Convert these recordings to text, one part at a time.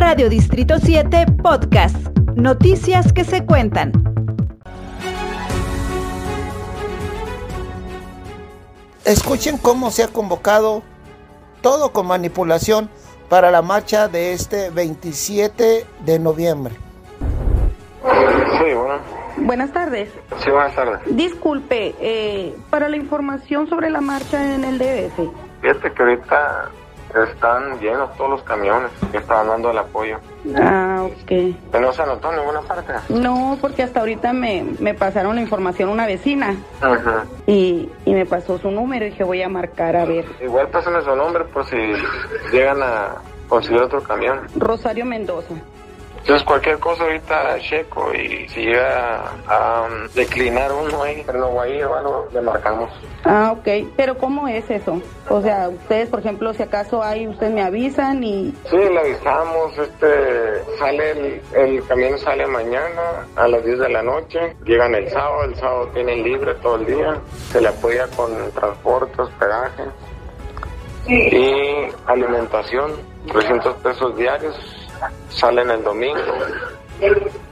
Radio Distrito 7 Podcast. Noticias que se cuentan. Escuchen cómo se ha convocado todo con manipulación para la marcha de este 27 de noviembre. Sí, bueno. Buenas tardes. Sí, buenas tardes. Disculpe, eh, para la información sobre la marcha en el DF. Fíjate que ahorita están llenos todos los camiones que estaban dando el apoyo. Ah, ok. Pero no se anotó en ninguna parte. No, porque hasta ahorita me, me pasaron la información una vecina Ajá. y, y me pasó su número y dije voy a marcar a ver. Igual pásenle su nombre por si llegan a conseguir otro camión. Rosario Mendoza. Entonces cualquier cosa ahorita checo y si llega a um, declinar uno ahí en Noguaí o algo, le marcamos. Ah, ok. Pero ¿cómo es eso? O sea, ustedes, por ejemplo, si acaso hay, ustedes me avisan y... Sí, le avisamos, este, sale el, el camión sale mañana a las 10 de la noche, llegan el sábado, el sábado tienen libre todo el día, se le apoya con transporte, hospedaje y alimentación, 300 pesos diarios, salen el domingo.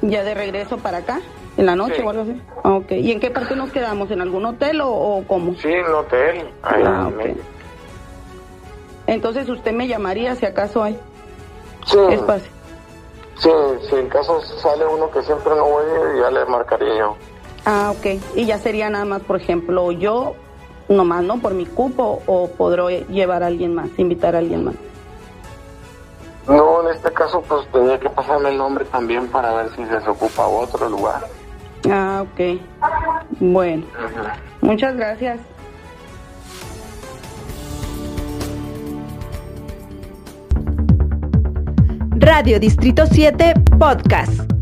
Ya de regreso para acá, en la noche Sí. o algo así. Ah, Ok. ¿Y en qué parte nos quedamos? ¿En algún hotel o, o cómo? Sí, en hotel. Ahí, Ah, en ok. el- Entonces usted me llamaría si acaso hay Sí, espacio. sí, si en caso sale uno que siempre no voy, ya le marcaría yo. Ah, ok. Y ya sería nada más, por ejemplo, yo nomás, ¿no? Por mi cupo o podré llevar a alguien más, invitar a alguien más. No, en este caso pues tenía que pasarme el nombre también para ver si se ocupa otro lugar. Ah, ok. Bueno, muchas gracias. Radio Distrito 7 Podcast.